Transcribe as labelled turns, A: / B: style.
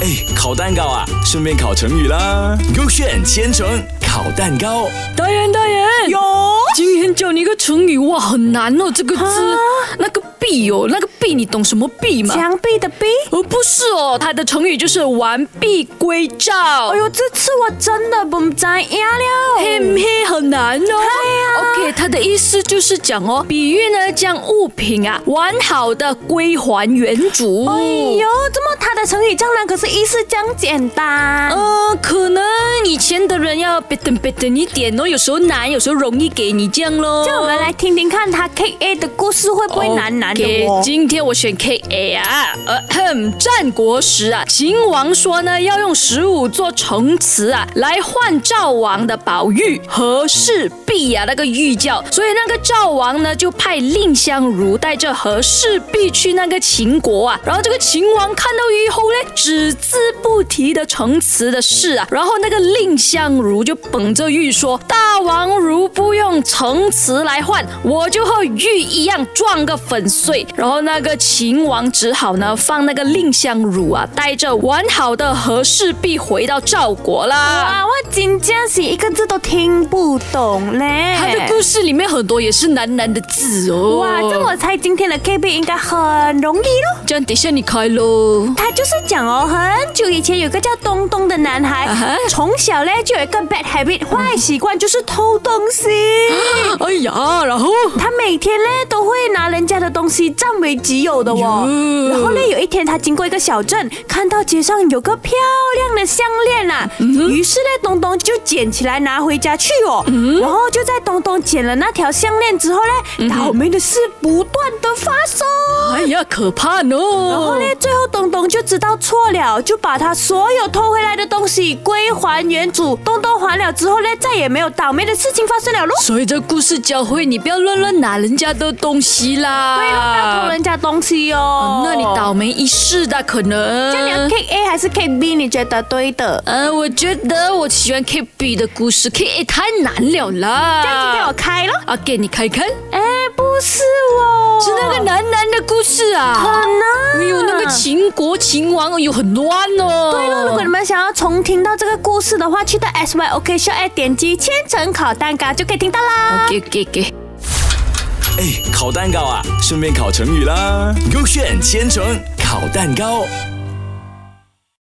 A: 哎，烤蛋糕啊，顺便烤成语啦。勾选千层烤蛋糕，
B: 导演，导演，
C: 有
B: 今天教你一个成语，哇，很难哦，这个字，那个弊哦，那个弊，你懂什么弊吗？
C: 墙壁的壁。
B: 哦，不是哦，它的成语就是完璧归赵。
C: 哎呦，这次我真的不知呀了。
B: 嘿嘿，很难哦。
C: 哎
B: OK，它的意思就是讲哦，比喻呢将物品啊完好的归还原主。
C: 哎呦，怎么它的成语这样难，可是意思这样简单？
B: 呃，可能以前的人要 b 等 t 等一点哦，有时候难，有时候容易给你这样咯。
C: 那我们来听听看他 K A 的故事会不会难难的
B: OK，
C: 哦？
B: 今天我选 K A 啊，呃哼，战国时啊，秦王说呢要用十五座城池啊来换赵王的宝玉和氏璧啊那个玉窖，所以那个赵王呢就派蔺相如带着和氏璧去那个秦国啊，然后这个秦王看到以后呢，只字不提的城池的事啊，然后那个蔺相如就捧着玉说：“大王如不用城池来换，我就和玉一样撞个粉碎。”然后那个秦王只好呢放那个蔺相如啊，带着完好的和氏璧回到赵国啦。
C: 啊哇，我真正是一个字都听不懂嘞。
B: 他的故事里面很多也是喃喃的字哦。
C: 哇，这我猜今天的 K B 应该很容易咯。
B: 这样，等一下你开喽。
C: 他就是讲哦，很久以前有个叫东东的男孩
B: 啊哈
C: 从小嘞就有一个 bad habit 坏习惯，就是偷东西。
B: 哎呀，然后
C: 他每天嘞都会拿人家的东西占为己有的哦。
B: 哟
C: 然后嘞，有一天他经过一个小镇，看到街上有个漂亮的项链啊，
B: 嗯
C: 于是嘞，东东就捡起来拿回家去哦。
B: 嗯
C: 然后就在东东捡了那条项链之后嘞，倒霉的事不断的发生。
B: 哎呀，可怕哦。
C: 然后嘞，最后东东就知道错了，就把他所有偷回来的东西归还原主。东东还了之后嘞，再也没有倒霉的事情发生了喽。
B: 所以这故事教会你不要乱乱拿人家的东西啦。
C: 对了，不要偷人家东西
B: 啊
C: 哦。
B: 那你倒霉一世的可能。
C: 那你要 K A 还是 K B？你觉得对的？
B: 呃，我觉得我喜欢 K B 的故事，K A 太难了啦。
C: 这样今天我开了。
B: 啊，给你看看，
C: 啊哎，不是哦，
B: 是那个男男的故事啊。
C: 很难。
B: 哎呦，那个秦国秦王有很乱哦。
C: 对了，如果你们想要重听到这个故事的话，去到 S Y O K Show App 点击千层烤蛋糕就可以听到啦。
B: 给给给。
A: 哎，烤蛋糕啊，顺便烤成语啦。勾选千层烤蛋糕。